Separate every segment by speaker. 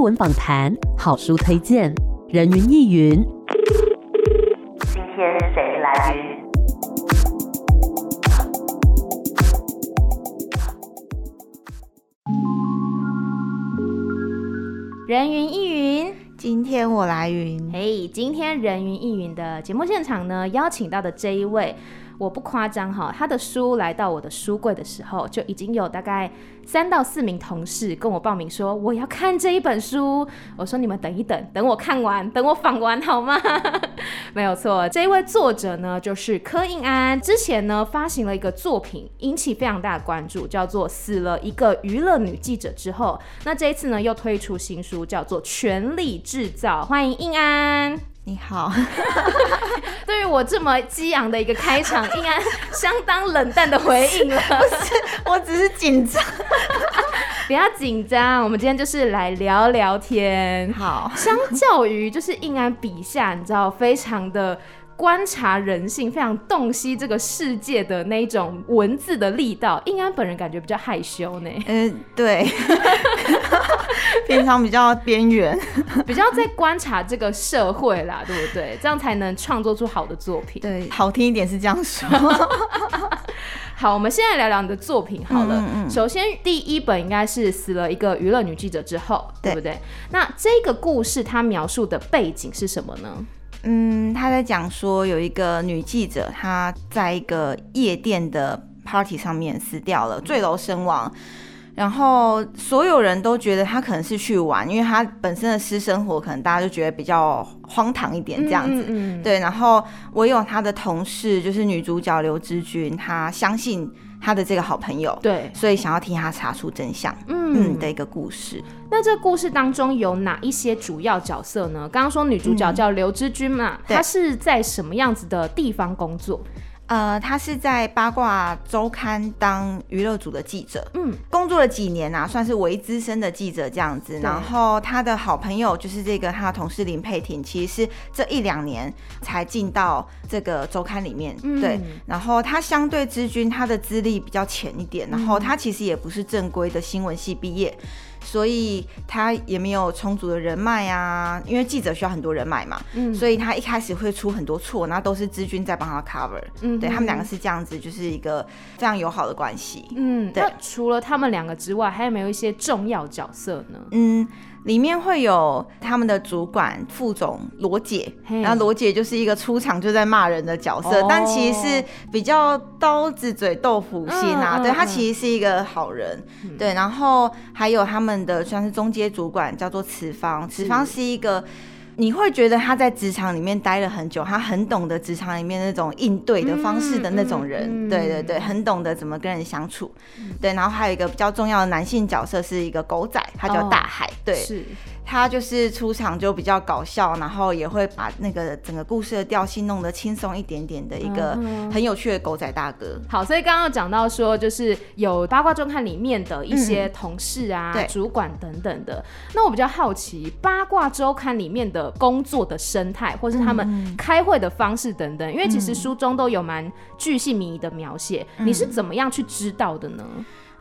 Speaker 1: 文访谈、好书推荐、人云亦云。
Speaker 2: 今天谁来云？
Speaker 3: 人云亦云。
Speaker 4: 今天我来云，
Speaker 3: 嘿、今天人云亦云的节目现场呢，邀请到的这一位，我不夸张哈，他的书来到我的书柜的时候，就已经有大概三到四名同事跟我报名说我要看这一本书。我说你们等一等，等我看完，等我访完好吗？没有错，这一位作者呢，就是柯印安。之前呢，发行了一个作品，引起非常大的关注，叫做《死了一个娱乐女记者》之后，那这一次呢，又推出新书，叫做《权力制造》。欢迎印安。
Speaker 4: 你好，
Speaker 3: 对于我这么激昂的一个开场，印安相当冷淡的回应 了。
Speaker 4: 我只是紧张。
Speaker 3: 不要紧张，我们今天就是来聊聊天。
Speaker 4: 好，
Speaker 3: 相较于就是印安笔下，你知道非常的观察人性，非常洞悉这个世界的那一种文字的力道，印安本人感觉比较害羞呢，
Speaker 4: 嗯、对， 平常比较边缘。
Speaker 3: 比较在观察这个社会啦，对不对？这样才能创作出好的作品。
Speaker 4: 对，好听一点是这样说。
Speaker 3: 好，我们现在聊聊你的作品好了。
Speaker 4: 嗯嗯嗯
Speaker 3: 首先，第一本应该是死了一个娱乐女记者之后，对
Speaker 4: 对
Speaker 3: 不对？那这个故事它描述的背景是什么呢？
Speaker 4: 嗯，他在讲说有一个女记者，她在一个夜店的 party 上面死掉了，坠楼身亡。然后所有人都觉得她可能是去玩，因为她本身的私生活可能大家就觉得比较荒唐一点这样子。
Speaker 3: 嗯，嗯嗯
Speaker 4: 对，然后我有她的同事，就是女主角刘知君，她相信她的这个好朋友，
Speaker 3: 对，
Speaker 4: 所以想要替她查出真相，嗯的一个故事。
Speaker 3: 那这故事当中有哪一些主要角色呢？刚刚说女主角叫刘知君嘛，
Speaker 4: 嗯对
Speaker 3: 她是在什么样子的地方工作？
Speaker 4: 呃，她是在八卦周刊当娱乐组的记者，
Speaker 3: 嗯，
Speaker 4: 工作了几年啊，算是为资深的记者这样子。然后她的好朋友就是这个她的同事林佩婷，其实是这一两年才进到这个周刊里面，
Speaker 3: 嗯
Speaker 4: 对。然后她相对之君，她的资历比较浅一点，然后她其实也不是正规的新闻系毕业。所以她也没有充足的人脉啊，因为记者需要很多人脉嘛，
Speaker 3: 嗯
Speaker 4: 所以她一开始会出很多错，那都是知君在帮她 cover，、
Speaker 3: 嗯
Speaker 4: 对
Speaker 3: 哼
Speaker 4: 他们两个是这样子，就是一个非常友好的关系。
Speaker 3: 嗯，
Speaker 4: 对
Speaker 3: 那除了他们两个之外，还有没有一些重要角色呢？
Speaker 4: 嗯，里面会有他们的主管副总罗姐，
Speaker 3: 嘿
Speaker 4: 然后罗姐就是一个出场就在骂人的角色，
Speaker 3: 哦
Speaker 4: 但其实是比较刀子嘴豆腐心啊，
Speaker 3: 嗯嗯
Speaker 4: 对她
Speaker 3: 嗯
Speaker 4: 其实是一个好人，对，然后还有他们的像是中阶主管叫做慈芳，慈芳是一个。你会觉得她在职场里面待了很久，她很懂得职场里面那种应对的方式的那种人，
Speaker 3: 嗯嗯嗯
Speaker 4: 对对对，很懂得怎么跟人相处，对。然后还有一个比较重要的男性角色是一个狗仔，他叫
Speaker 3: 哦
Speaker 4: 大海，对，
Speaker 3: 是，
Speaker 4: 他就是出场就比较搞笑，然后也会把那个整个故事的调性弄得轻松一点点的一个
Speaker 3: 嗯哼
Speaker 4: 很有趣的狗仔大哥。
Speaker 3: 好，所以刚刚有讲到说，就是有八卦周刊里面的一些同事啊、
Speaker 4: 嗯对
Speaker 3: 主管等等的。那我比较好奇，八卦周刊里面的工作的生态，或是他
Speaker 4: 嗯
Speaker 3: 们开会的方式等等，因为其实书中都有蛮巨细靡遗的描写，
Speaker 4: 嗯
Speaker 3: 你是怎么样去知道的呢？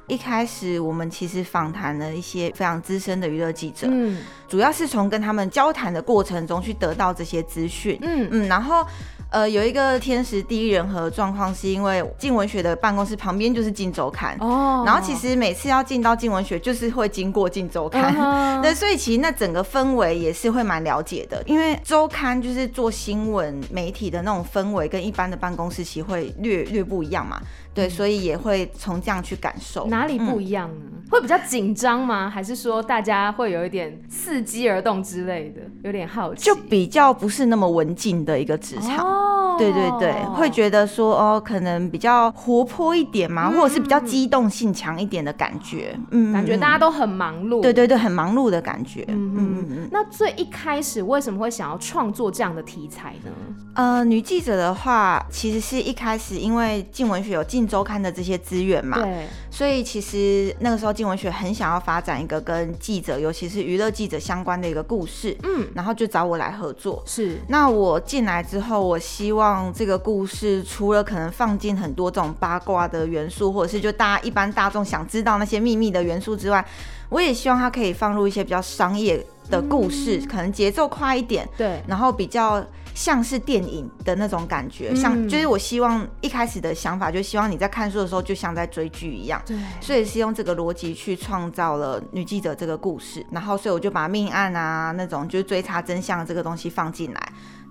Speaker 4: 一开始我们其实访谈了一些非常资深的娱乐记者，
Speaker 3: 嗯
Speaker 4: 主要是从跟他们交谈的过程中去得到这些资讯。
Speaker 3: 嗯
Speaker 4: 嗯，然后呃有一个天时地利人和的状况，是因为静文学的办公室旁边就是《静周刊》
Speaker 3: 哦
Speaker 4: 然后其实每次要进到静文学，就是会经过《静周刊》
Speaker 3: 嗯哼
Speaker 4: 对，所以其实那整个氛围也是会蛮了解的，因为周刊就是做新闻媒体的那种氛围，跟一般的办公室其实会略略不一样嘛。对，所以也会从这样去感受。
Speaker 3: 嗯
Speaker 4: 嗯
Speaker 3: 哪里不一样呢？会比较紧张吗？还是说大家会有一点伺机而动之类的？有点好奇，
Speaker 4: 就比较不是那么文静的一个职场。
Speaker 3: 哦
Speaker 4: 对对对，会觉得说哦，可能比较活泼一点嘛，或者是比较机动性强一点的感觉，嗯，
Speaker 3: 嗯感觉大
Speaker 4: 家
Speaker 3: 家都很忙碌。
Speaker 4: 对对对，很忙碌的感觉，嗯嗯嗯。
Speaker 3: 那最一开始为什么会想要创作这样的题材呢？
Speaker 4: 呃，女记者的话，其实是一开始因为静文学有静周刊的这些资源嘛，
Speaker 3: 对，
Speaker 4: 所以其实那个时候静文学很想要发展一个跟记者，尤其是娱乐记者相关的一个故事，
Speaker 3: 嗯，
Speaker 4: 然后就找我来合作。
Speaker 3: 是
Speaker 4: 那我进来之后，我希望这个故事除了可能放进很多这种八卦的元素，或者是就大家一般大众想知道那些秘密的元素之外，我也希望它可以放入一些比较商业的故事，可能节奏快一点，
Speaker 3: 对，
Speaker 4: 然后比较像是电影的那种感觉，
Speaker 3: 嗯
Speaker 4: 像就是我希望一开始的想法，就希望你在看书的时候就像在追剧一样。
Speaker 3: 对，
Speaker 4: 所以是用这个逻辑去创造了女记者这个故事，然后所以我就把命案啊那种就是追查真相这个东西放进来，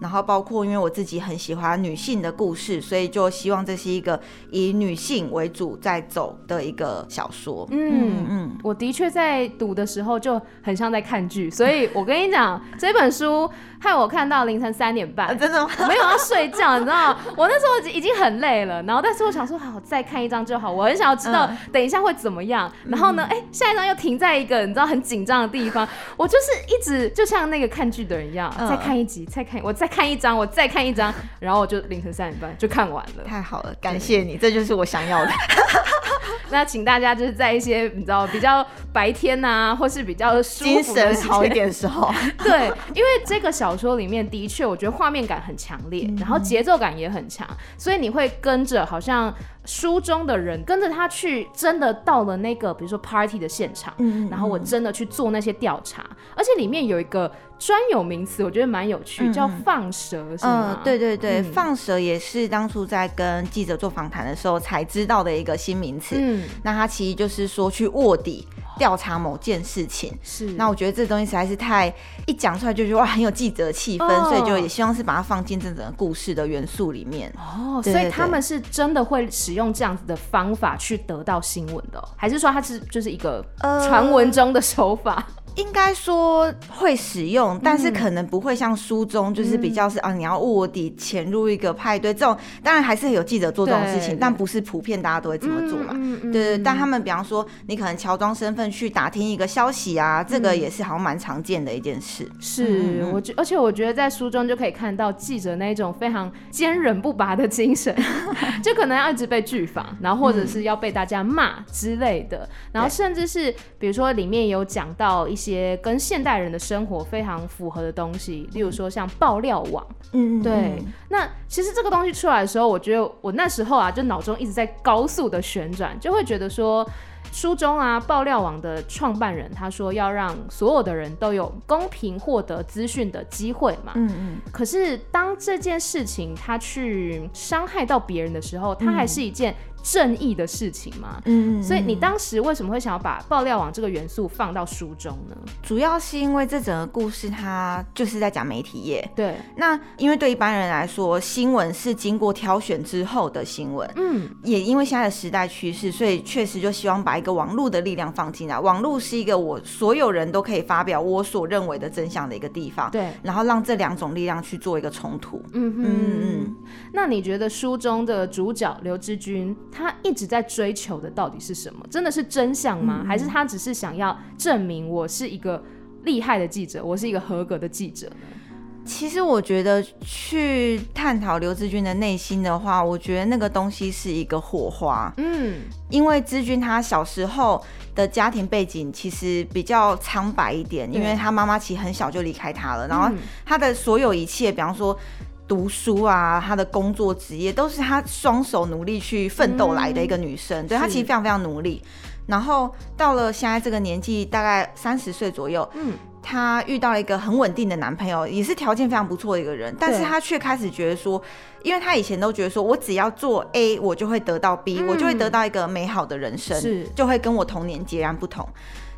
Speaker 4: 然后包括因为我自己很喜欢女性的故事，所以就希望这是一个以女性为主在走的一个小说。
Speaker 3: 嗯
Speaker 4: 嗯，
Speaker 3: 我的确在读的时候就很像在看剧，所以我跟你讲，这本书害我看到凌晨三点半，
Speaker 4: 真的吗？
Speaker 3: 我没有要睡觉，你知道吗？我那时候已经很累了，然后但是我想说，好，再看一张就好。我很想要知道
Speaker 4: 嗯
Speaker 3: 等一下会怎么样。然后呢，哎、下一张又停在一个你知道很紧张的地方，我就是一直就像那个看剧的人一样，
Speaker 4: 嗯
Speaker 3: 再看一集，再看，我再看一张，我再看一张，然后我就凌晨三点半就看完 了。
Speaker 4: 太好了，感谢你，这就是我想要 的。
Speaker 3: 那请大家就是在一些你知道比较白天呐、或是比较舒
Speaker 4: 精
Speaker 3: 服的时
Speaker 4: 神
Speaker 3: 间
Speaker 4: 好一点的时候，
Speaker 3: 对，因为这个小说里面的确，我觉得画面感很强烈，
Speaker 4: 嗯
Speaker 3: 然后节奏感也很强，所以你会跟着好像书中的人跟着他去，真的到了那个比如说 party 的现场，
Speaker 4: 嗯
Speaker 3: 然后我真的去做那些调查，而且里面有一个专有名词，我觉得蛮有趣，
Speaker 4: 嗯
Speaker 3: 叫放蛇，是吗？
Speaker 4: 嗯，对对对，
Speaker 3: 嗯
Speaker 4: 放蛇也是当初在跟记者做访谈的时候才知道的一个新名词。
Speaker 3: 嗯，
Speaker 4: 那它其实就是说去卧底调查某件事情。
Speaker 3: 是。
Speaker 4: 那我觉得这东西实在是太一讲出来就觉得哇很有记者的气氛，
Speaker 3: 哦
Speaker 4: 所以就也希望是把它放进这整个故事的元素里面。
Speaker 3: 哦，
Speaker 4: 对
Speaker 3: 所以
Speaker 4: 对
Speaker 3: 他
Speaker 4: 对
Speaker 3: 们是真的会使用这样子的方法去得到新闻的哦、还是说它是就是一个
Speaker 4: 呃
Speaker 3: 传闻中的手法？
Speaker 4: 应该说会使
Speaker 3: 嗯
Speaker 4: 用，但是可能不会像书中就是比较是、啊，你要卧底潜入一个派对这种，当然还是有记者做这种事
Speaker 3: 对
Speaker 4: 情，但不是普遍大家都会这么做嘛。
Speaker 3: 嗯嗯
Speaker 4: 对对，但他们比方说，你可能乔装身份去打听一个消息啊，这个也是好像蛮常见的一件事。
Speaker 3: 是，我觉，而且我觉得在书中就可以看到记者那一种非常坚韧不拔的精神， 就可能要一直被拒访，然后或者是要被大家骂之类的，然后甚至是比如说里面有讲到一些跟现代人的生活非常符合的东西，例如说像爆料网，
Speaker 4: 嗯，
Speaker 3: 对，那其实这个东西出来的时候，我觉得我那时候啊，就脑中一直在高速的旋转，就会觉得说。书中啊，爆料网的创办人他说要让所有的人都有公平获得资讯的机会嘛。
Speaker 4: 嗯嗯，
Speaker 3: 可是当这件事情他去伤害到别人的时候，它还是一件正义的事情嘛。
Speaker 4: 嗯，
Speaker 3: 所以你当时为什么会想要把爆料网这个元素放到书中呢？
Speaker 4: 主要是因为这整个故事它就是在讲媒体业。
Speaker 3: 对，
Speaker 4: 那因为对一般人来说，新闻是经过挑选之后的新闻，
Speaker 3: 嗯，
Speaker 4: 也因为现在的时代趋势，所以确实就希望把一个网络的力量放进来。网络是一个我所有人都可以发表我所认为的真相的一个地方，
Speaker 3: 对，
Speaker 4: 然后让这两种力量去做一个冲突。
Speaker 3: 嗯哼
Speaker 4: 嗯嗯
Speaker 3: 那你觉得书中的主角刘志军，他一直在追求的到底是什么？真的是真相
Speaker 4: 嗯
Speaker 3: 吗？还是他只是想要证明我是一个厉害的记者，我是一个合格的记者呢？
Speaker 4: 其实我觉得去探讨刘志军的内心的话，我觉得那个东西是一个火花，
Speaker 3: 嗯，
Speaker 4: 因为志军他小时候的家庭背景其实比较苍白一点，
Speaker 3: 对
Speaker 4: 因为他妈妈其实很小就离开他了，然后他的所有一切，比方说。读书啊，他的工作职业都是他双手努力去奋斗来的一个女生，对她
Speaker 3: 是
Speaker 4: 其实非常非常努力。然后到了现在这个年纪，大概三十岁左右，
Speaker 3: 嗯，
Speaker 4: 她遇到了一个很稳定的男朋友，也是条件非常不错的一个人，但是她却开始觉得说，因为她以前都觉得说我只要做 A，我就会得到 B，、我就会得到一个美好的人生，
Speaker 3: 是
Speaker 4: 就会跟我童年截然不同。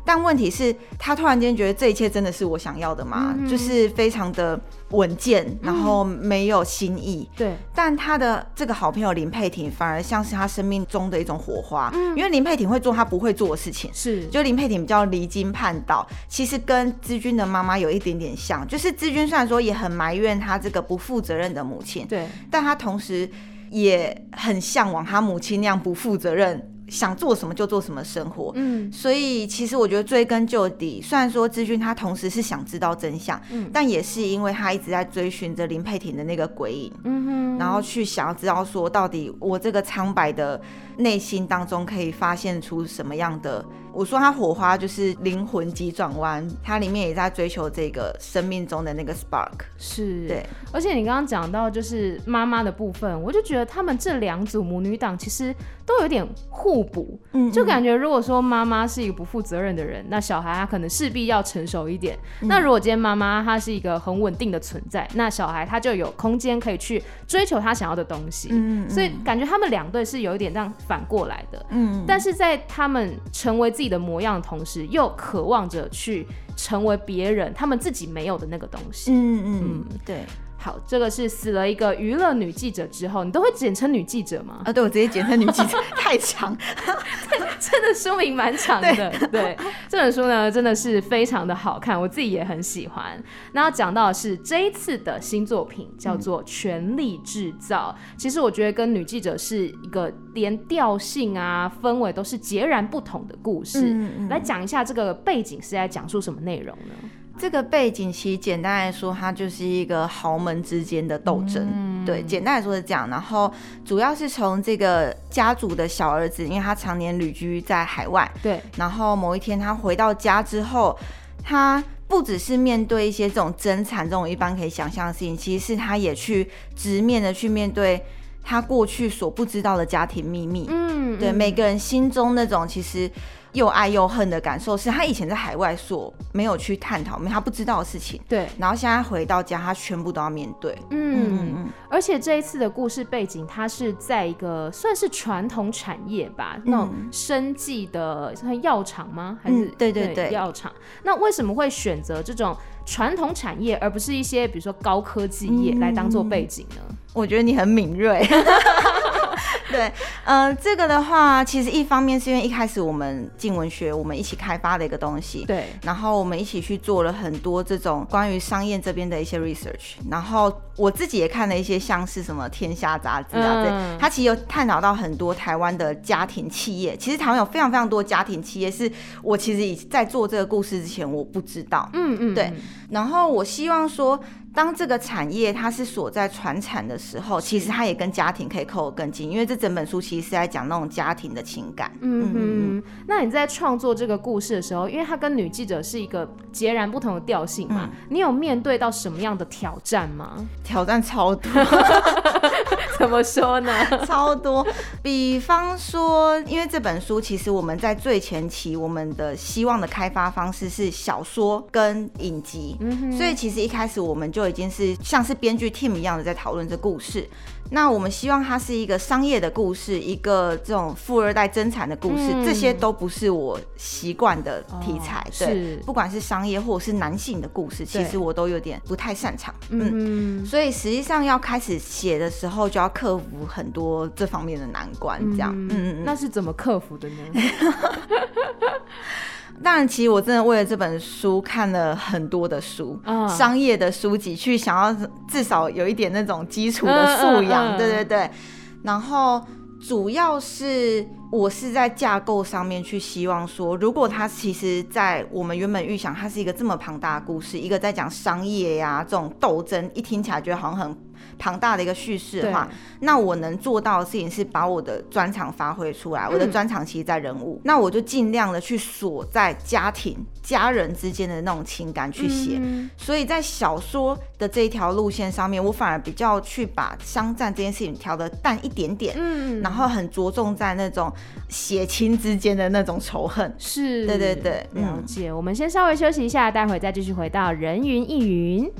Speaker 4: 但问题是，她突然间觉得这一切真的是我想要的吗？就是非常的稳健，然后没有新意。
Speaker 3: 对，
Speaker 4: 但她的这个好朋友林佩婷反而像是她生命中的一种火花，因为林佩婷会做她不会做的事情。
Speaker 3: 是，
Speaker 4: 就林佩婷比较离经叛道，其实跟资君的妈妈有一点点像，就是资君虽然说也很埋怨她这个不负责任的母亲，
Speaker 3: 对，
Speaker 4: 但她同时也很向往她母亲那样不负责任，想做什么就做什么生活。
Speaker 3: 嗯，
Speaker 4: 所以其实我觉得追根究底，虽然说资讯他同时是想知道真相，但也是因为他一直在追寻着林佩婷的那个鬼影，
Speaker 3: 嗯哼，
Speaker 4: 然后去想要知道说到底我这个苍白的内心当中可以发现出什么样的我说他火花就是灵魂急转弯，它里面也在追求这个生命中的那个 spark。
Speaker 3: 是，
Speaker 4: 对，
Speaker 3: 而且你刚刚讲到就是妈妈的部分，我就觉得他们这两组母女档其实都有点互补，
Speaker 4: 嗯
Speaker 3: 就感觉如果说妈妈是一个不负责任的人，那小孩他可能势必要成熟一点。
Speaker 4: 嗯
Speaker 3: 那如果今天妈妈她是一个很稳定的存在，那小孩他就有空间可以去追求他想要的东西。
Speaker 4: 嗯
Speaker 3: 所以感觉他们两队是有一点这样反过来的，
Speaker 4: 嗯，
Speaker 3: 但是在他们成为自己的模样的同时，又渴望着去成为别人他们自己没有的那个东西。
Speaker 4: 嗯嗯对，
Speaker 3: 好，这个是死了一个娱乐女记者之后，你都会简称女记者吗？
Speaker 4: 啊，对我直接简称女记者 太长，
Speaker 3: 真的书名蛮长的， 对这本书呢真的是非常的好看，我自己也很喜欢。那讲到的是这一次的新作品叫做《权力制造》，其实我觉得跟女记者是一个连调性啊、氛围都是截然不同的故事。
Speaker 4: 嗯嗯
Speaker 3: 来讲一下这个背景是在讲述什么内容呢？
Speaker 4: 这个背景其实简单来说，它就是一个豪门之间的斗争。对，简单来说是这样。然后主要是从这个家族的小儿子，因为他常年旅居在海外，
Speaker 3: 对，
Speaker 4: 然后某一天他回到家之后，他不只是面对一些这种争产这种一般可以想象的事情，其实是他也去直面的去面对他过去所不知道的家庭秘密。
Speaker 3: 嗯
Speaker 4: 对，
Speaker 3: 嗯
Speaker 4: 每个人心中那种其实又爱又恨的感受，是他以前在海外所没有去探讨，没他不知道的事情。
Speaker 3: 对，
Speaker 4: 然后现在回到家，他全部都要面对。
Speaker 3: 嗯而且这一次的故事背景，它是在一个算是传统产业吧，
Speaker 4: 嗯
Speaker 3: 那种生计的算药厂吗？还是、
Speaker 4: 嗯对对对
Speaker 3: 药厂？那为什么会选择这种传统产业，而不是一些比如说高科技业来当做背景呢？
Speaker 4: 我觉得你很敏锐。对，呃，这个的话，其实一方面是因为一开始我们进文学，我们一起开发的一个东西，
Speaker 3: 对，
Speaker 4: 然后我们一起去做了很多这种关于商业这边的一些 research，然后我自己也看了一些像是什么《天下》杂志
Speaker 3: 嗯
Speaker 4: 啊，对，它其实有探讨到很多台湾的家庭企业，其实台湾有非常非常多家庭企业是我其实已在做这个故事之前我不知道，
Speaker 3: 嗯嗯，
Speaker 4: 对然后我希望说，当这个产业它是所在传产的时候，其实它也跟家庭可以扣得更近，因为这整本书其实是在讲那种家庭的情感。
Speaker 3: 嗯哼，那你在创作这个故事的时候，因为它跟女记者是一个截然不同的调性嘛，
Speaker 4: 嗯
Speaker 3: 你有面对到什么样的挑战吗？
Speaker 4: 挑战超多
Speaker 3: 怎么说 呢？
Speaker 4: 超多，比方说，因为这本书其实我们在最前期，我们的希望的开发方式是小说跟影集，
Speaker 3: 嗯
Speaker 4: 所以其实一开始我们就已经是像是编剧 team 一样的在讨论这故事。那我们希望它是一个商业的故事，一个这种富二代争产的故事，
Speaker 3: 嗯
Speaker 4: 这些都不是我习惯的题材。
Speaker 3: 哦
Speaker 4: 对
Speaker 3: 是，
Speaker 4: 不管是商业或者是男性的故事，其
Speaker 3: 对
Speaker 4: 实我都有点不太擅长。嗯
Speaker 3: 嗯
Speaker 4: 所以实际上要开始写的时候，就要克服很多这方面的难关，这样。嗯嗯嗯。
Speaker 3: 那是怎么克服的呢？
Speaker 4: 当然，其实我真的为了这本书看了很多的书，
Speaker 3: 啊
Speaker 4: 商业的书籍，去想要至少有一点那种基础的素
Speaker 3: 嗯嗯嗯
Speaker 4: 养。对对对。然后主要是我是在架构上面去希望说，如果它其实，在我们原本预想它是一个这么庞大的故事，一个在讲商业呀、这种斗争，一听起来觉得好像很庞大的一个叙事的话，那我能做到的事情是把我的专长发挥出来。我
Speaker 3: 嗯
Speaker 4: 的专长其实在人物，那我就尽量的去锁在家庭、家人之间的那种情感去写。
Speaker 3: 嗯
Speaker 4: 所以在小说的这一条路线上面，我反而比较去把商战这件事情调的淡一点点，
Speaker 3: 嗯，
Speaker 4: 然后很着重在那种血亲之间的那种仇恨。
Speaker 3: 是，
Speaker 4: 对对对嗯
Speaker 3: 了解。我们先稍微休息一下，待会再继续回到人云亦云。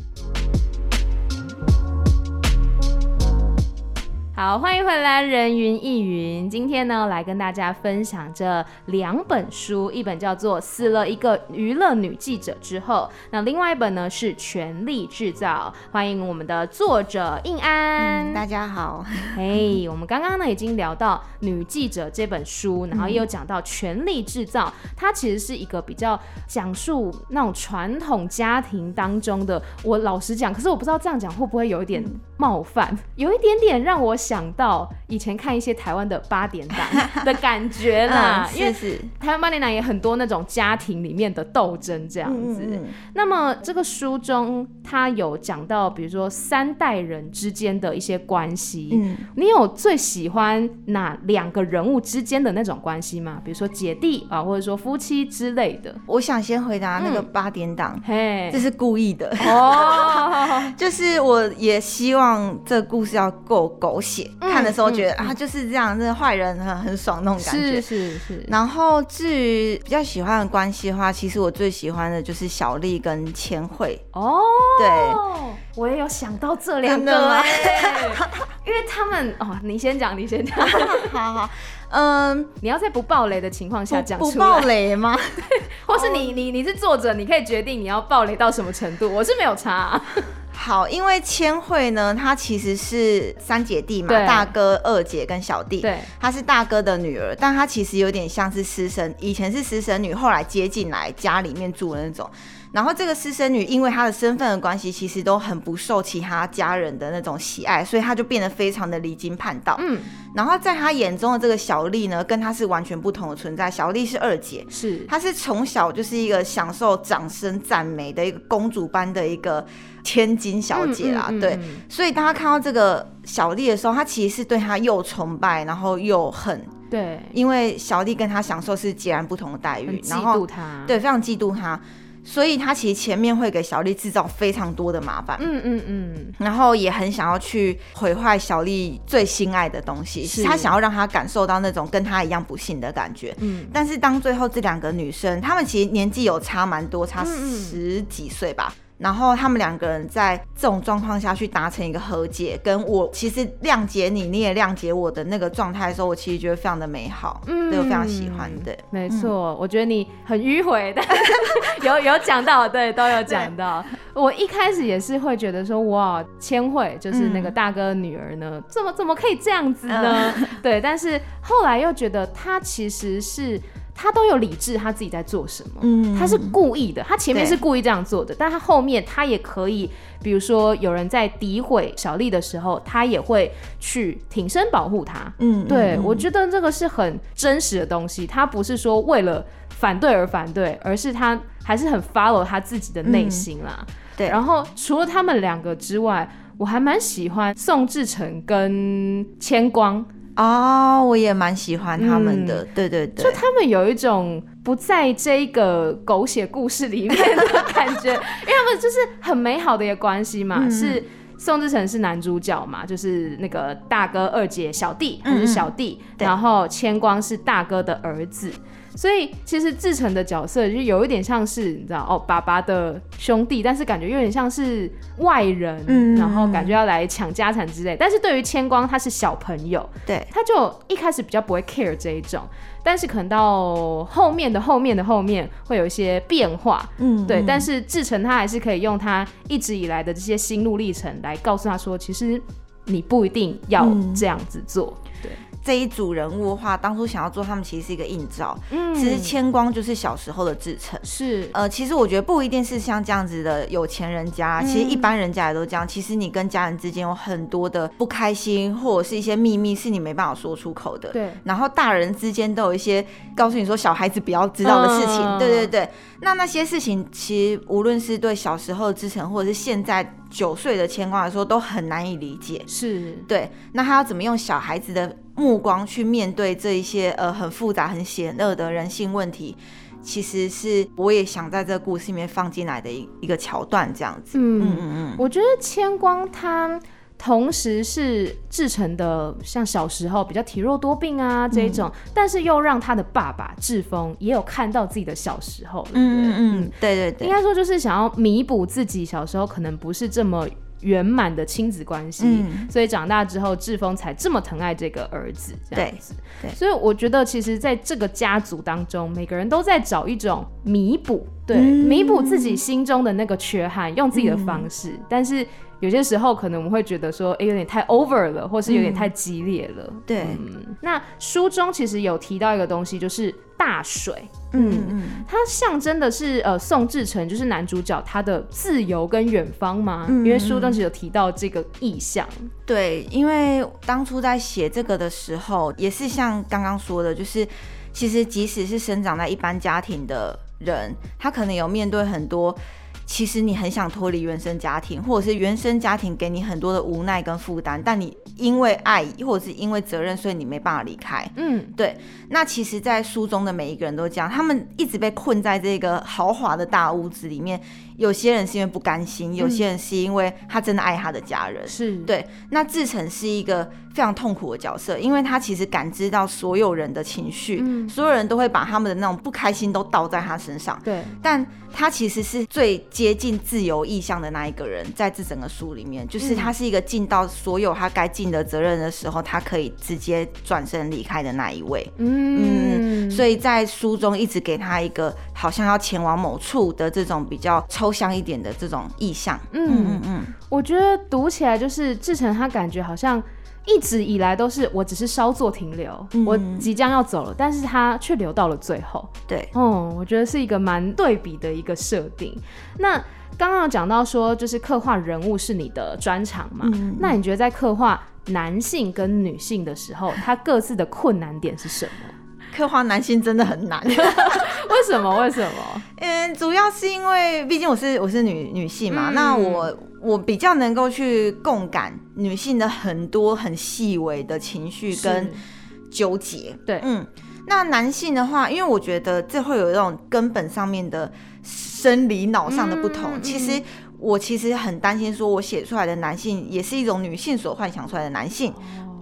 Speaker 3: 好，欢迎回来，《人云亦云》。今天呢，来跟大家分享这两本书，一本叫做《死了一个娱乐女记者之后》，那另外一本呢是《权力制造》。欢迎我们的作者印安。
Speaker 4: 嗯大 家好，
Speaker 3: 嘿我们刚刚呢已经聊到《女记者》这本书，然后也有讲到《权力制造》，它其实是一个比较讲述那种传统家庭当中的。我老实讲，可是我不知道这样讲会不会有一点冒犯，有一点点让我想到以前看一些台湾的八点档的感觉 啦，因为
Speaker 4: 嗯啊是是
Speaker 3: 台湾八点档也很多那种家庭里面的斗争这样子。
Speaker 4: 嗯嗯嗯
Speaker 3: 那么这个书中，他有讲到，比如说三代人之间的一些关系。
Speaker 4: 嗯
Speaker 3: 你有最喜欢哪两个人物之间的那种关系吗？比如说姐弟啊，或者说夫妻之类的。
Speaker 4: 我想先回答那个
Speaker 3: 嗯
Speaker 4: 八点档，
Speaker 3: 嘿
Speaker 4: 这，是故意的，
Speaker 3: 哦，
Speaker 4: 就是我也希望这故事要够狗血，
Speaker 3: 嗯
Speaker 4: 看的时候觉得、
Speaker 3: 嗯
Speaker 4: 啊就是这样，这坏人很很爽那种 感
Speaker 3: 是
Speaker 4: 觉。
Speaker 3: 是是，
Speaker 4: 然后至于比较喜欢的关系的话，其实我最喜欢的就是小丽跟千惠，
Speaker 3: 哦，
Speaker 4: 对，
Speaker 3: 我也有想到这两
Speaker 4: 真的
Speaker 3: 个、
Speaker 4: 吗
Speaker 3: 欸，因为他们哦，你先讲，你 先讲，
Speaker 4: 好好，嗯，
Speaker 3: 你要在不爆雷的情况下讲
Speaker 4: 不不
Speaker 3: 出
Speaker 4: 爆
Speaker 3: 来，
Speaker 4: 雷吗？
Speaker 3: 或是你你你是作者，你可以决定你要爆雷到什么程度，我是没有差、
Speaker 4: 哦好，因为千惠呢，她其实是三姐弟嘛，
Speaker 3: 对
Speaker 4: 大哥、二姐跟小弟。
Speaker 3: 对，
Speaker 4: 她是大哥的女儿，但她其实有点像是私生，以前是私生女，后来接进来家里面住的那种。然后这个私生女因为她的身份的关系，其实都很不受其他家人的那种喜爱，所以她就变得非常的离经叛道。
Speaker 3: 嗯，
Speaker 4: 然后在她眼中的这个小丽呢，跟她是完全不同的存在。小丽是二姐，
Speaker 3: 是
Speaker 4: 她是从小就是一个享受掌声赞美的一个公主般的一个千金小姐啦，
Speaker 3: 嗯嗯嗯
Speaker 4: 啊对
Speaker 3: 嗯。
Speaker 4: 所以当她看到这个小丽的时候，她其实是对她又崇拜，然后又恨，
Speaker 3: 对，
Speaker 4: 因为小丽跟她享受是截然不同的待
Speaker 3: 很
Speaker 4: 遇，
Speaker 3: 嫉
Speaker 4: 然
Speaker 3: 妒
Speaker 4: 后
Speaker 3: 他，，
Speaker 4: 对非常嫉妒她，所以她其实前面会给小丽制造非常多的麻烦。
Speaker 3: 嗯嗯嗯，
Speaker 4: 然后也很想要去毁坏小丽最心爱的东西，
Speaker 3: 是
Speaker 4: 她想要让她感受到那种跟她一样不幸的感觉。
Speaker 3: 嗯，
Speaker 4: 但是当最后这两个女生，她们其实年纪有差蛮多，差
Speaker 3: 嗯嗯
Speaker 4: 十几岁吧。然后她们两个人在这种状况下去达成一个和解，跟我其实谅解你，你也谅解我的那个状态的时候，我其实觉得非常的美好，
Speaker 3: 嗯
Speaker 4: 对我非常喜欢对，
Speaker 3: 没错，我觉得你很迂回，但 有有讲到，对，都有讲到。我一开始也是会觉得说，哇，千惠就是那个
Speaker 4: 嗯
Speaker 3: 大哥女儿呢，怎么怎么可以这样子呢？对，但是后来又觉得她其实是她都有理智，她自己在做什么。
Speaker 4: 嗯
Speaker 3: 她是故意的，她前面
Speaker 4: 对
Speaker 3: 是故意这样做的，但她后面她也可以，比如说有人在诋毁小丽的时候，她也会去挺身保护她。
Speaker 4: 嗯
Speaker 3: 对，我
Speaker 4: 得
Speaker 3: 觉得这个是很真实的东西，他不是说为了反对而反对，而是他还是很 follow 他自己的内心啦。
Speaker 4: 嗯对
Speaker 3: 然后除了他们两个之外，我还蛮喜欢宋志诚跟千光，
Speaker 4: 哦，我也蛮喜欢他们
Speaker 3: 嗯
Speaker 4: 的，对对
Speaker 3: 就
Speaker 4: 对，
Speaker 3: 他们有一种不在这个狗血故事里面的感觉，因 为他们就是很美好的一个关系嘛，
Speaker 4: 嗯
Speaker 3: 是。宋志诚是男主角嘛，就是那个大哥、二姐、小弟，他
Speaker 4: 嗯嗯
Speaker 3: 是小弟，
Speaker 4: 对
Speaker 3: 然后千光是大哥的儿子，所以其实志诚的角色就有一点像是你知道哦，爸爸的兄弟，但是感觉有点像是外人，
Speaker 4: 嗯
Speaker 3: 然后感觉要来抢家产之类。但是对于千光，他是小朋友，
Speaker 4: 对，
Speaker 3: 他就一开始比较不会 care 这一种，但是可能到后面的后面的后面会有一些变化，
Speaker 4: 嗯
Speaker 3: 对。但
Speaker 4: 是
Speaker 3: 是志成他还是可以用他一直以来的这些心路历程来告诉他说，其实你不一定要
Speaker 4: 嗯
Speaker 3: 这样子做，对，
Speaker 4: 这一组人物的话，当初想要做他们其实是一个映照，
Speaker 3: 嗯
Speaker 4: 其实千光就是小时候的志成。
Speaker 3: 是
Speaker 4: 呃，其实我觉得不一定是像这样子的有钱人家，其实一
Speaker 3: 嗯
Speaker 4: 般人家也都这样。其实你跟家人之间有很多的不开心，或者是一些秘密是你没办法说出口的。
Speaker 3: 对
Speaker 4: 然后大人之间都有一些告诉你说小孩子不要知道的事情，
Speaker 3: 嗯
Speaker 4: 对对对。那那些事情，其实无论是对小时候的志成，或者是现在九岁的千光来说，都很难以理解。
Speaker 3: 是，
Speaker 4: 对，那他要怎么用小孩子的目光去面对这一些呃很复杂、很险恶的人性问题？其实是我也想在这个故事里面放进来的一一个桥段，这样子。嗯
Speaker 3: 嗯
Speaker 4: 嗯
Speaker 3: 我觉得千光他同时是志成的，像小时候比较体弱多病啊这一种，
Speaker 4: 嗯
Speaker 3: 但是又让他的爸爸志峰也有看到自己的小时候，对不对
Speaker 4: 嗯嗯嗯，对对对，
Speaker 3: 应该说就是想要弥补自己小时候可能不是这么圆满的亲子关系，
Speaker 4: 嗯
Speaker 3: 所以长大之后志峰才这么疼爱这个儿子，这样子。
Speaker 4: 对对
Speaker 3: 所以我觉得其实在这个家族当中，每个人都在找一种弥补，对，
Speaker 4: 嗯
Speaker 3: 弥补自己心中的那个缺憾，用自己的方式，
Speaker 4: 嗯
Speaker 3: 但是。有些时候可能我们会觉得说，哎、有点太 over 了，或是有点太激烈了。
Speaker 4: 嗯对
Speaker 3: 嗯，那书中其实有提到一个东西，就是大水。
Speaker 4: 嗯
Speaker 3: 嗯，
Speaker 4: 嗯
Speaker 3: 它象征的是呃宋志诚，就是男主角他的自由跟远方嘛，
Speaker 4: 嗯
Speaker 3: 因为书当时有提到这个意象。
Speaker 4: 对，因为当初在写这个的时候，也是像刚刚说的，就是其实即使是生长在一般家庭的人，他可能有面对很多。其实你很想脱离原生家庭，或者是原生家庭给你很多的无奈跟负担，但你因为爱或者是因为责任，所以你没办法离开。
Speaker 3: 嗯，
Speaker 4: 那其实，在书中的每一个人都这样，他们一直被困在这个豪华的大屋子里面。有些人是因为不甘心，有些人是因为他真的爱他的家人。
Speaker 3: 是
Speaker 4: 对那志成是一个非常痛苦的角色，因为他其实感知到所有人的情绪，
Speaker 3: 嗯
Speaker 4: 所有人都会把他们的那种不开心都倒在他身上。
Speaker 3: 对，
Speaker 4: 但他其实是最接近自由意向的那一个人，在这整个书里面，就是
Speaker 3: 嗯
Speaker 4: 他是一个尽到所有他该尽的责任的时候，他可以直接转身离开的那一位。
Speaker 3: 嗯，
Speaker 4: 所
Speaker 3: 以
Speaker 4: 以在书中一直给他一个好像要前往某处的这种比较抽象一点的这种意向。
Speaker 3: 嗯
Speaker 4: 嗯嗯，
Speaker 3: 我觉得读起来就是志成，他感觉好像一直以来都是我只是稍作停留，
Speaker 4: 嗯
Speaker 3: 我即将要走了，但是他却留到了最后。
Speaker 4: 对，
Speaker 3: 哦，我觉得是一个蛮对比的一个设定。那刚刚有讲到说，就是刻画人物是你的专长嘛，
Speaker 4: 嗯
Speaker 3: 那你觉得在刻画男性跟女性的时候，他各自的困难点是什 么？
Speaker 4: 刻画男性真的很难，
Speaker 3: 为什么？为什么？
Speaker 4: 嗯，主要是因为毕竟我是我是女女性嘛，
Speaker 3: 嗯
Speaker 4: 那我我比较能够去共感女性的很多很细微的情绪跟
Speaker 3: 是
Speaker 4: 纠结。
Speaker 3: 对
Speaker 4: 嗯，那男性的话，因为我觉得这会有一种根本上面的生理脑上的不
Speaker 3: 嗯
Speaker 4: 同。
Speaker 3: 嗯
Speaker 4: 其实我其实很担心，说我写出来的男性也是一种女性所幻想出来的男性。
Speaker 3: 哦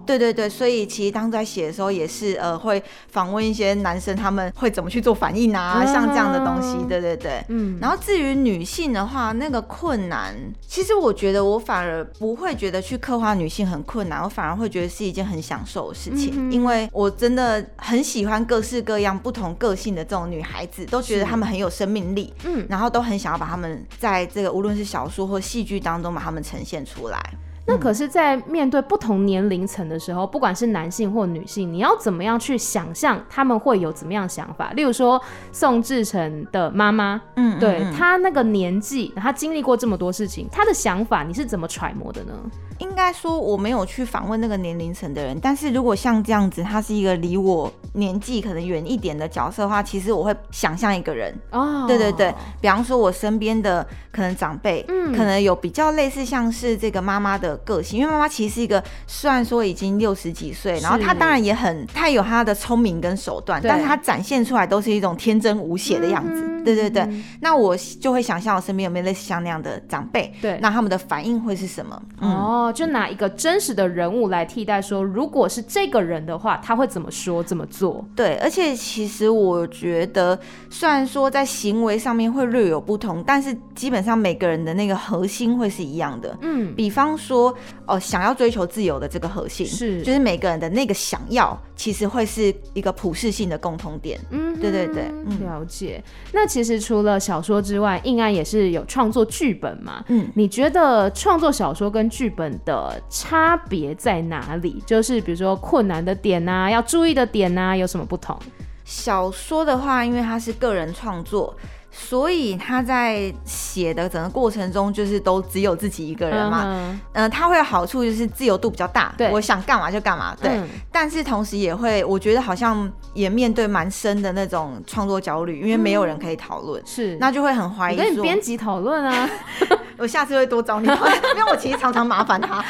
Speaker 4: 对对对，所以其实当初在写的时候也是呃，会访问一些男生他们会怎么去做反应啊，
Speaker 3: 嗯
Speaker 4: 像这样的东西。对对对。
Speaker 3: 嗯，
Speaker 4: 然后至于女性的话，那个困难，其实我觉得我反而不会觉得去刻画女性很困难，我反而会觉得是一件很享受的事情，
Speaker 3: 嗯哼
Speaker 4: 因为我真的很喜欢各式各样不同个性的这种女孩子，都觉得她们很有生命力，
Speaker 3: 嗯，
Speaker 4: 然后都很想要把她们在这个无论是小说或戏剧当中把她们呈现出来。
Speaker 3: 那可是，在面对不同年龄层的时候，不管是男性或女性，你要怎么样去想象他们会有怎么样的想法？例如说，宋志诚的妈妈，
Speaker 4: 嗯，
Speaker 3: 对
Speaker 4: 嗯嗯
Speaker 3: 她那个年纪，她经历过这么多事情，她的想法你是怎么揣摩的呢？
Speaker 4: 应该说我没有去访问那个年龄层的人，但是如果像这样子，他是一个离我年纪可能远一点的角色的话，其实我会想象一个人，
Speaker 3: 哦
Speaker 4: 对对对，比方说我身边的可能长辈，
Speaker 3: 嗯
Speaker 4: 可能有比较类似像是这个妈妈的个性，因为妈妈其实是一个虽然说已经六十几岁，
Speaker 3: 是
Speaker 4: 然后她当然也很，她有她的聪明跟手段，
Speaker 3: 对
Speaker 4: 但是她展现出来都是一种天真无邪的样子，
Speaker 3: 嗯哼
Speaker 4: 对对对。
Speaker 3: 嗯
Speaker 4: 那我就会想象我身边有没有类似像那样的长辈，
Speaker 3: 对
Speaker 4: 那他们的反应会是什么？嗯。
Speaker 3: 哦，就拿一个真实的人物来替代说，如果是这个人的话，他会怎么说、怎么做？
Speaker 4: 对，而且其实我觉得，虽然说在行为上面会略有不同，但是基本上每个人的那个核心会是一样的。
Speaker 3: 嗯，
Speaker 4: 比方说，哦，想要追求自由的这个核心，
Speaker 3: 是
Speaker 4: 就是每个人的那个想要，其实会是一个普适性的共通点。
Speaker 3: 嗯哼，
Speaker 4: 对对对嗯
Speaker 3: 了解。那其实除了小说之外，应安也是有创作剧本嘛？
Speaker 4: 嗯，
Speaker 3: 你觉得创作小说跟剧本的差别在哪里？就是比如说困难的点啊，要注意的点啊，有什么不同？
Speaker 4: 小说的话，因为它是个人创作。所以他在写的整个过程中，就是都只有自己一个人嘛。
Speaker 3: 嗯
Speaker 4: 嗯、他会有好处就是自由度比较大，
Speaker 3: 对
Speaker 4: 我想干嘛就干嘛。对，
Speaker 3: 嗯
Speaker 4: 但是同时也会，我觉得好像也面对蛮深的那种创作焦虑，因为没有人可以讨论，
Speaker 3: 是，
Speaker 4: 那就会很
Speaker 3: 嗯
Speaker 4: 怀
Speaker 3: 我
Speaker 4: 疑
Speaker 3: 跟你
Speaker 4: 说
Speaker 3: 编辑讨论啊，
Speaker 4: 我下次会多 找你讨论，因为我其实常常麻烦 他，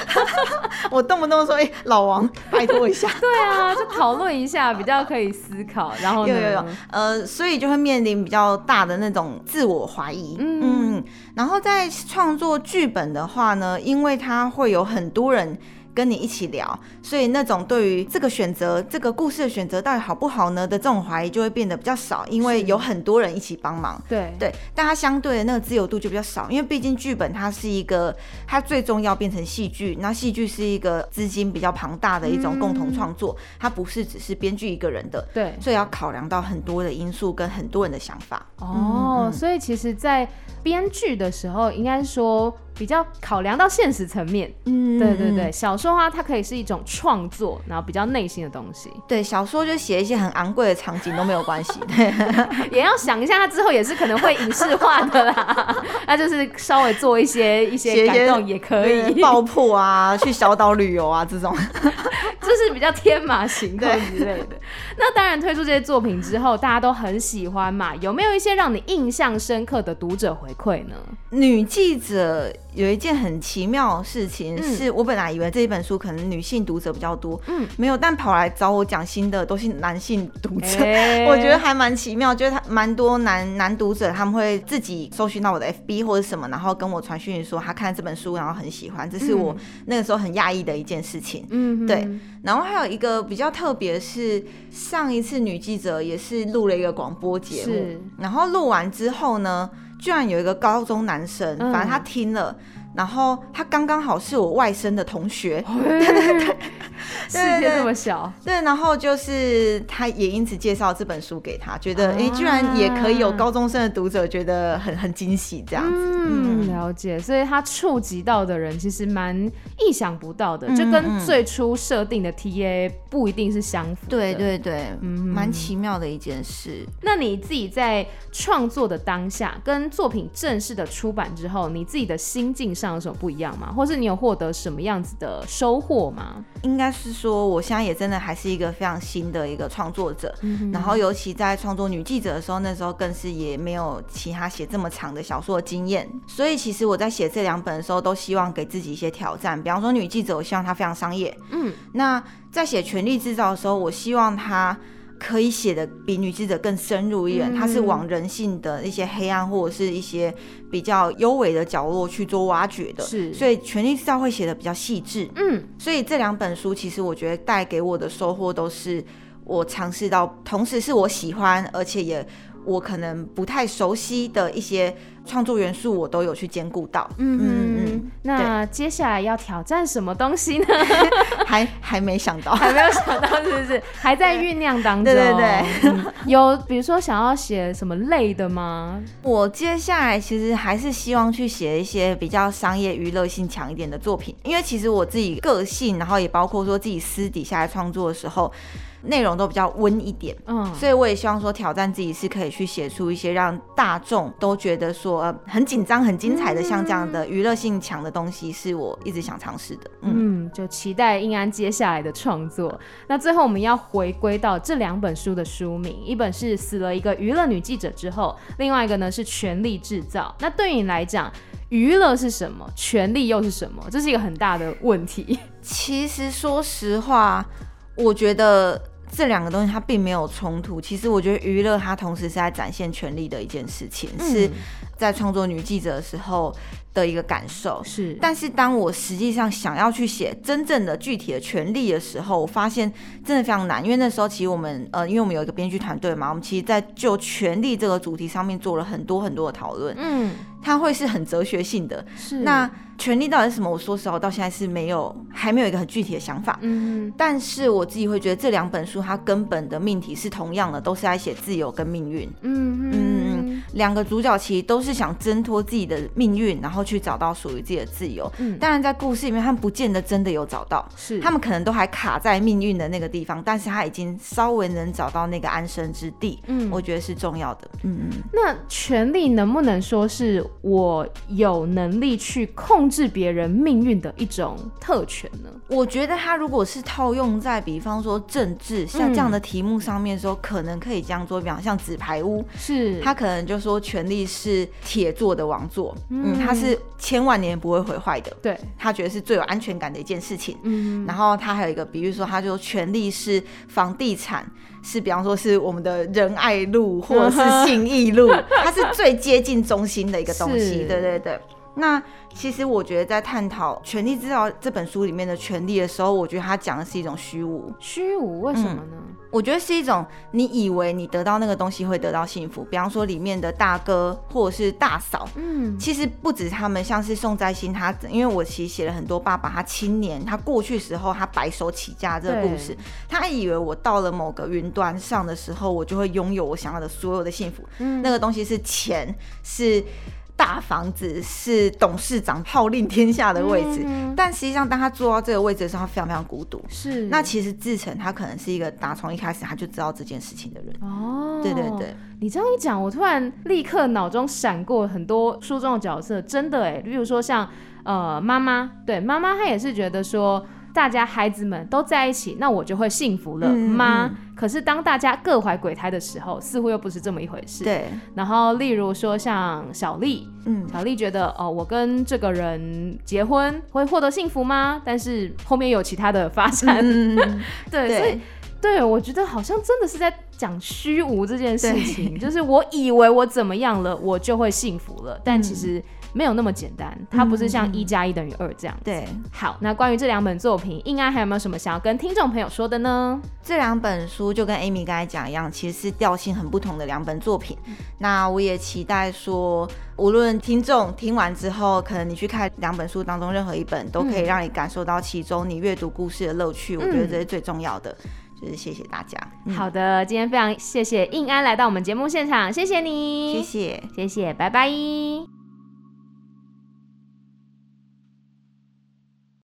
Speaker 4: 我动不动说，哎、老王，拜托一下。
Speaker 3: 对啊，就讨论一下，比较可以思考。然后
Speaker 4: 有
Speaker 3: 呢？
Speaker 4: 有有， 呃，所以就会面临比较大的那种自我怀疑。
Speaker 3: 嗯
Speaker 4: 嗯，然后在创作剧本的话呢，因为它会有很多人。跟你一起聊，所以那种对于这个选择、这个故事的选择到底好不好呢的这种怀疑就会变得比较少，因为
Speaker 3: 是
Speaker 4: 有很多人一起帮忙。
Speaker 3: 对
Speaker 4: 对，但它相对的那个自由度就比较少，因为毕竟剧本它是一个，它最终要变成戏剧，那戏剧是一个资金比较庞大的一种共同创作，
Speaker 3: 嗯
Speaker 4: 它不是只是编剧一个人的，
Speaker 3: 对
Speaker 4: 所以要考量到很多的因素跟很多人的想法。
Speaker 3: 哦，
Speaker 4: 嗯嗯
Speaker 3: 所以其实，在编剧的时候，应该说比较考量到现实层面。
Speaker 4: 嗯
Speaker 3: 对对对，小说的话，它可以是一种创作，然后比较内心的东西，
Speaker 4: 对，小说就写一些很昂贵的场景都没有关系。对，
Speaker 3: 也要想一下，它之后也是可能会影视化的啦。 那就是稍微做一些一
Speaker 4: 写
Speaker 3: 些
Speaker 4: 一
Speaker 3: 感
Speaker 4: 些
Speaker 3: 动也可以，
Speaker 4: 爆破啊，去小岛旅游啊这种。
Speaker 3: 就是比较天马行空之类的。那当然，推出这些作品之后，大家都很喜欢嘛。有没有一些让你印象深刻的读者回馈呢？
Speaker 4: 女记者有一件很奇妙的事情，
Speaker 3: 嗯
Speaker 4: 是我本来以为这一本书可能女性读者比较多，
Speaker 3: 嗯
Speaker 4: 没有，但跑来找我讲新的都是男性读者。
Speaker 3: 哎
Speaker 4: 我觉得还蛮奇妙，就是他蛮多男男读者他们会自己搜寻到我的 FB 或者什么，然后跟我传讯息说他看了这本书，然后很喜欢，这是我
Speaker 3: 嗯
Speaker 4: 那个时候很讶异的一件事情。
Speaker 3: 嗯，
Speaker 4: 对
Speaker 3: 嗯
Speaker 4: 然后还有一个比较特别是，上一次女记者也是录了一个广播节目
Speaker 3: 是，
Speaker 4: 然后录完之后呢，居然有一个高中男生，
Speaker 3: 嗯
Speaker 4: 反正他听了，然后他刚刚好是我外甥的同学，
Speaker 3: 世界这么小，
Speaker 4: 对，然后就是他也因此介绍这本书给他，觉得
Speaker 3: 啊
Speaker 4: 诶，居然也可以有高中生的读者，觉得很很惊喜这样子。
Speaker 3: 嗯，了解。所以它触及到的人其实蛮意想不到的，就
Speaker 4: 嗯
Speaker 3: 跟
Speaker 4: 嗯
Speaker 3: 最初设定的 TA 不一定是相符。
Speaker 4: 对。对对，
Speaker 3: 嗯
Speaker 4: 蛮奇妙的一件事。
Speaker 3: 那你自己在创作的当下，跟作品正式的出版之后，你自己的心境上有什么不一样吗？或是你有获得什么样子的收获吗？
Speaker 4: 应该是说，我现在也真的还是一个非常新的一个创作者。
Speaker 3: 嗯
Speaker 4: 然后，尤其在创作女记者的时候，那时候更是也没有其他写这么长的小说的经验。所以，其实我在写这两本的时候，都希望给自己一些挑战。比方说，女记者，我希望她非常商业。
Speaker 3: 嗯，
Speaker 4: 那在写《权力制造》的时候，我希望她。可以写的比女记者更深入一
Speaker 3: 嗯
Speaker 4: 点，她是往人性的一些黑暗或者是一些比较幽微的角落去做挖掘的，
Speaker 3: 是
Speaker 4: 所以《权力制造》会写的比较细致，
Speaker 3: 嗯，
Speaker 4: 所以这两本书其实我觉得带给我的收获都是我尝试到，同时是我喜欢，而且也我可能不太熟悉的一些创作元素，我都有去兼顾到。
Speaker 3: 嗯
Speaker 4: 嗯
Speaker 3: 嗯，那接下来要挑战什么东西呢？
Speaker 4: 嗯，还还没想到，
Speaker 3: 还没有想到，是不是？ 还在酝酿当中。
Speaker 4: 对对对
Speaker 3: 嗯有比如说想要写什么类的吗？
Speaker 4: 我接下来其实还是希望去写一些比较商业娱乐性强一点的作品，因为其实我自己个性，然后也包括说自己私底下在创作的时候，内容都比较温一点。
Speaker 3: 嗯，
Speaker 4: 所以我也希望说挑战自己是可以去写出一些让大众都觉得说、呃很紧张、很精彩的，像这样的娱乐性强的东西，是我一直想尝试的。嗯，
Speaker 3: 嗯，就期待应安接下来的创作。那最后我们要回归到这两本书的书名，一本是《死了一个娱乐女记者》之后，另外一个呢是《权力制造》。那对你来讲，娱乐是什么？权力又是什么？这是一个很大的问题。
Speaker 4: 其实说实话，我觉得。这两个东西它并没有冲突，其实我觉得娱乐它同时是在展现权力的一件事情，
Speaker 3: 嗯
Speaker 4: 是在创作女记者的时候的一个感受。
Speaker 3: 是，
Speaker 4: 但是当我实际上想要去写真正的具体的权利的时候，我发现真的非常难，因为那时候其实我们呃，因为我们有一个编剧团队嘛，我们其实在就权利这个主题上面做了很多很多的讨论，嗯
Speaker 3: 嗯，
Speaker 4: 它会是很哲学性的。
Speaker 3: 是
Speaker 4: 那权利到底是什么？我说实话，我到现在是没有还没有一个很具体的想法。
Speaker 3: 嗯
Speaker 4: 但是我自己会觉得这两本书它根本的命题是同样的，都是在写自由跟命运。
Speaker 3: 嗯
Speaker 4: 嗯
Speaker 3: 嗯
Speaker 4: 两个主角其实都是想挣脱自己的命运，然后去找到属于自己的自由。
Speaker 3: 嗯
Speaker 4: 当然在故事里面，他们不见得真的有找到，
Speaker 3: 是
Speaker 4: 他们可能都还卡在命运的那个地方，但是他已经稍微能找到那个安身之地。
Speaker 3: 嗯
Speaker 4: 我觉得是重要的。嗯嗯，
Speaker 3: 那权力能不能说是我有能力去控制别人命运的一种特权呢？
Speaker 4: 我觉得他如果是套用在比方说政治像这样的题目上面的时候，可能可以这样做，比方像纸牌屋。
Speaker 3: 是
Speaker 4: 他可能就说权力是铁做的王座，嗯，
Speaker 3: 嗯
Speaker 4: 他是千万年不会毁坏的，
Speaker 3: 对，
Speaker 4: 他觉得是最有安全感的一件事情。
Speaker 3: 嗯，
Speaker 4: 然后他还有一个比喻说，他就说权力是房地产，是比方说是我们的仁爱路或者是信义路， 它是最接近中心的一个东西。
Speaker 3: 嗯是
Speaker 4: 对对对。那其实我觉得在探讨《权力制造》这本书里面的权力的时候，我觉得他讲的是一种虚无，
Speaker 3: 虚无为什么呢？
Speaker 4: 我觉得是一种你以为你得到那个东西会得到幸福，比方说里面的大哥或者是大嫂，
Speaker 3: 嗯，
Speaker 4: 其实不止他们，像是宋在兴他，因为我其实写了很多爸爸他青年他过去时候他白手起家这个故事
Speaker 3: 对，
Speaker 4: 他以为我到了某个云端上的时候，我就会拥有我想要的所有的幸福，
Speaker 3: 嗯
Speaker 4: 那个东西是钱是。大房子是董事长号令天下的位置，
Speaker 3: 嗯
Speaker 4: 但实际上当他坐到这个位置的时候，他非常非常孤独。
Speaker 3: 是
Speaker 4: 那其实志成他可能是一个打从一开始他就知道这件事情的人。
Speaker 3: 哦，
Speaker 4: 对对对，
Speaker 3: 你这样一讲，我突然立刻脑中闪过很多书中的角色，真的哎，比如说像呃妈妈，对妈妈她也是觉得说。大家孩子们都在一起，那我就会幸福了
Speaker 4: 嗯
Speaker 3: 妈、
Speaker 4: 嗯
Speaker 3: 可是当大家各怀鬼胎的时候，似乎又不是这么一回事。。
Speaker 4: 对，
Speaker 3: 然后，例如说像小丽，
Speaker 4: 嗯，
Speaker 3: 小丽觉得哦，我跟这个人结婚会获得幸福吗？但是后面有其他的发展，
Speaker 4: 嗯，
Speaker 3: 对，所以
Speaker 4: 对，
Speaker 3: 对，我觉得好像真的是在讲虚无这件事情， 就是我以为我怎么样了，我就会幸福了，但其实没有那么简单，它不是像一加一等于二这样。
Speaker 4: 对。
Speaker 3: 好，那关于这两本作品，应该还有没有什么想要跟听众朋友说的呢？
Speaker 4: 这两本书就跟 Amy 刚才讲一样，其实是调性很不同的两本作品。那我也期待说，无论听众听完之后，可能你去看两本书当中任何一本，都可以让你感受到其中你阅读故事的乐趣。我觉得这是最重要的。就是谢谢大家，嗯，
Speaker 3: 好的，今天非常谢谢应安来到我们节目现场，谢谢你，
Speaker 4: 谢，谢。
Speaker 3: 谢谢，拜拜。